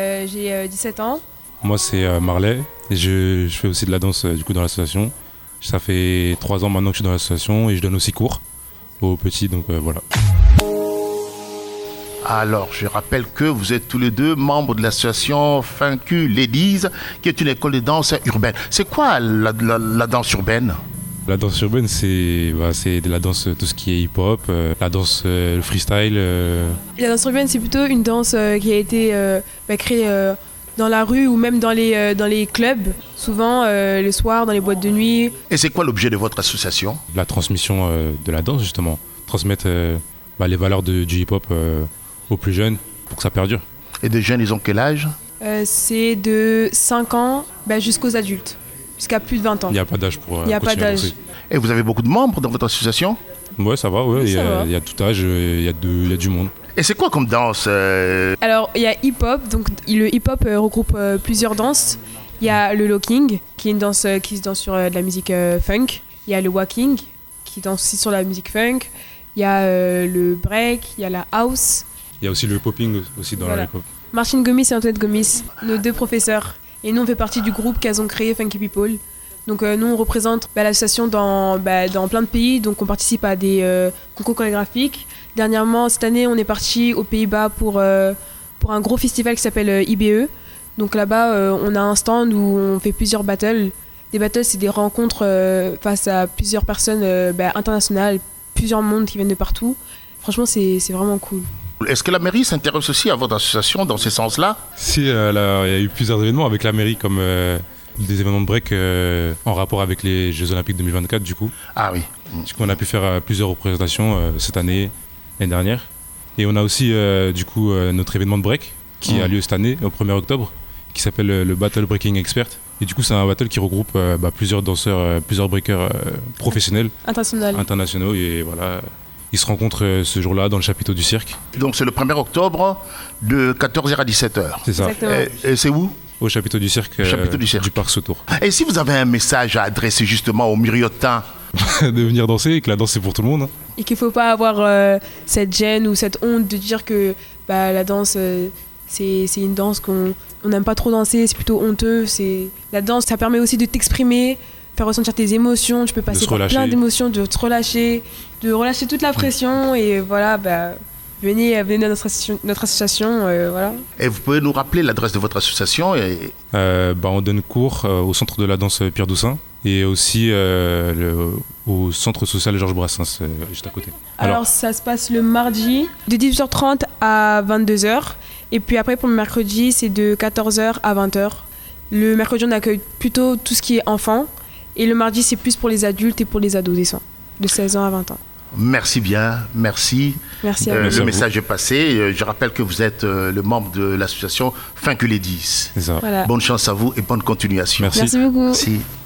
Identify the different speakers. Speaker 1: euh, 17 ans.
Speaker 2: Moi, c'est euh, Marley. Et je, je fais aussi de la danse euh, du coup dans l'association. Ça fait trois ans maintenant que je suis dans l'association et je donne aussi cours aux petits. Donc euh, voilà.
Speaker 3: Alors, je rappelle que vous êtes tous les deux membres de l'association Fincu Ladies, qui est une école de danse urbaine. C'est quoi la, la- la danse urbaine
Speaker 2: La danse urbaine, c'est bah, c'est de la danse, euh, tout ce qui est hip-hop, euh, la danse euh, le freestyle. euh,
Speaker 1: La danse urbaine, c'est plutôt une danse euh, qui a été euh, bah, créée euh, dans la rue ou même dans les, euh, dans les clubs, souvent euh, le soir, dans les boîtes de nuit.
Speaker 3: Et c'est quoi l'objet de votre association
Speaker 2: la transmission euh, de la danse justement, transmettre euh, bah, les valeurs de- du hip-hop euh, aux plus jeunes pour que ça perdure.
Speaker 3: Et des jeunes, ils ont quel âge
Speaker 1: Euh, c'est de 5 ans bah, jusqu'aux adultes, jusqu'à plus de 20 ans.
Speaker 2: Il n'y a pas d'âge pour. euh,
Speaker 1: Il n'y a pas
Speaker 2: continuer à
Speaker 1: d'âge.
Speaker 2: danser.
Speaker 3: Et vous avez beaucoup de membres dans votre association
Speaker 2: Ouais, ça va. Ouais, il y,
Speaker 1: Ça
Speaker 2: a-
Speaker 1: va.
Speaker 2: il y a tout âge, euh, il y, a de- il y a du monde.
Speaker 3: Et c'est quoi comme danse euh,
Speaker 1: Alors, il y a hip-hop, donc le hip-hop euh, regroupe euh, plusieurs danses. Il y a le locking, qui est une danse euh, qui se danse sur euh, de la musique euh, funk. Il y a le walking, qui danse aussi sur la musique funk. Il y a euh, le break, il y a la house.
Speaker 2: Il y a aussi le popping aussi dans
Speaker 1: Voilà.
Speaker 2: le hip-hop.
Speaker 1: Martine Gomis et Antoinette Gomis, nos deux professeurs. Et nous, on fait partie du groupe qu'elles ont créé, Funky People. Donc euh, nous, on représente bah, l'association dans, bah, dans plein de pays. Donc on participe à des euh, concours chorégraphiques. Dernièrement, cette année, on est parti aux Pays-Bas pour, euh, pour un gros festival qui s'appelle euh, IBE. Donc là-bas, euh, on a un stand où on fait plusieurs battles. Des battles, c'est des rencontres euh, face à plusieurs personnes euh, bah, internationales, plusieurs mondes qui viennent de partout. Franchement, c'est c'est vraiment cool.
Speaker 3: Est-ce que la mairie s'intéresse aussi à votre association dans ce sens-là
Speaker 2: Si, euh, là, il y a eu plusieurs événements avec la mairie, comme euh, des événements de break euh, en rapport avec les Jeux Olympiques 2024, du coup.
Speaker 3: Ah oui.
Speaker 2: Du coup, on a pu faire euh, plusieurs représentations euh, cette année, l'année dernière. Et on a aussi, euh, du coup, euh, notre événement de break qui
Speaker 3: Mm.
Speaker 2: a lieu cette année, au 1er octobre, qui s'appelle euh, le Battle Breaking Expert. Et du coup, c'est un battle qui regroupe euh, bah, plusieurs danseurs, euh, plusieurs breakers euh, professionnels,
Speaker 1: International.
Speaker 2: internationaux. Et voilà, ils se rencontrent euh, ce jour-là dans le chapiteau du cirque.
Speaker 3: Donc c'est le 1er octobre de 14h à 17h.
Speaker 2: C'est ça,
Speaker 1: Exactement.
Speaker 3: Et, et c'est où
Speaker 2: au chapiteau du cirque,
Speaker 3: Chapiteau du cirque.
Speaker 2: parc Sautour.
Speaker 3: Et si vous avez un message à adresser justement aux muriotins
Speaker 2: de venir danser et que la danse, c'est pour tout le monde. hein.
Speaker 1: et qu'il faut pas avoir euh, cette gêne ou cette honte de dire que bah, la danse euh, c'est c'est une danse qu'on on n'aime pas trop danser, c'est plutôt honteux. C'est la danse, ça permet aussi de t'exprimer, faire ressentir tes émotions. Tu peux
Speaker 2: se
Speaker 1: passer par
Speaker 2: relâcher. Mm.
Speaker 1: plein d'émotions, de te relâcher, de relâcher toute la pression et voilà bah venez venez dans notre association, notre association euh, voilà.
Speaker 3: Et vous pouvez nous rappeler l'adresse de votre association et,
Speaker 2: Euh, bah, on donne cours euh, au centre de la danse Pierre Doussin et aussi euh, le- au centre social Georges Brassens, euh, juste à côté.
Speaker 1: Alors,
Speaker 2: Alors,
Speaker 1: ça se passe le mardi de 18h30 à 22h. Et puis après pour le mercredi c'est de 14h à 20h. Le mercredi on accueille plutôt tout ce qui est enfant. Et le mardi c'est plus pour les adultes et pour les adolescents de 16 ans à 20 ans.
Speaker 3: merci bien, merci.
Speaker 1: Merci à
Speaker 3: Euh,
Speaker 1: vous.
Speaker 2: Merci à
Speaker 3: le
Speaker 2: vous.
Speaker 3: message est passé. Euh, Je rappelle que vous êtes euh, le membre de l'association Fin que les 10.
Speaker 2: c'est ça.
Speaker 1: Voilà.
Speaker 3: Bonne chance à vous et bonne continuation.
Speaker 2: Merci.
Speaker 1: Merci beaucoup.
Speaker 3: Merci.